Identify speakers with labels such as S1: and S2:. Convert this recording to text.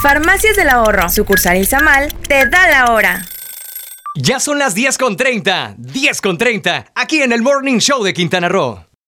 S1: Farmacias del Ahorro, sucursal Izamal, te da la hora.
S2: Ya son las 10 con 30, 10 con 30, aquí en el Morning Show de Quintana Roo.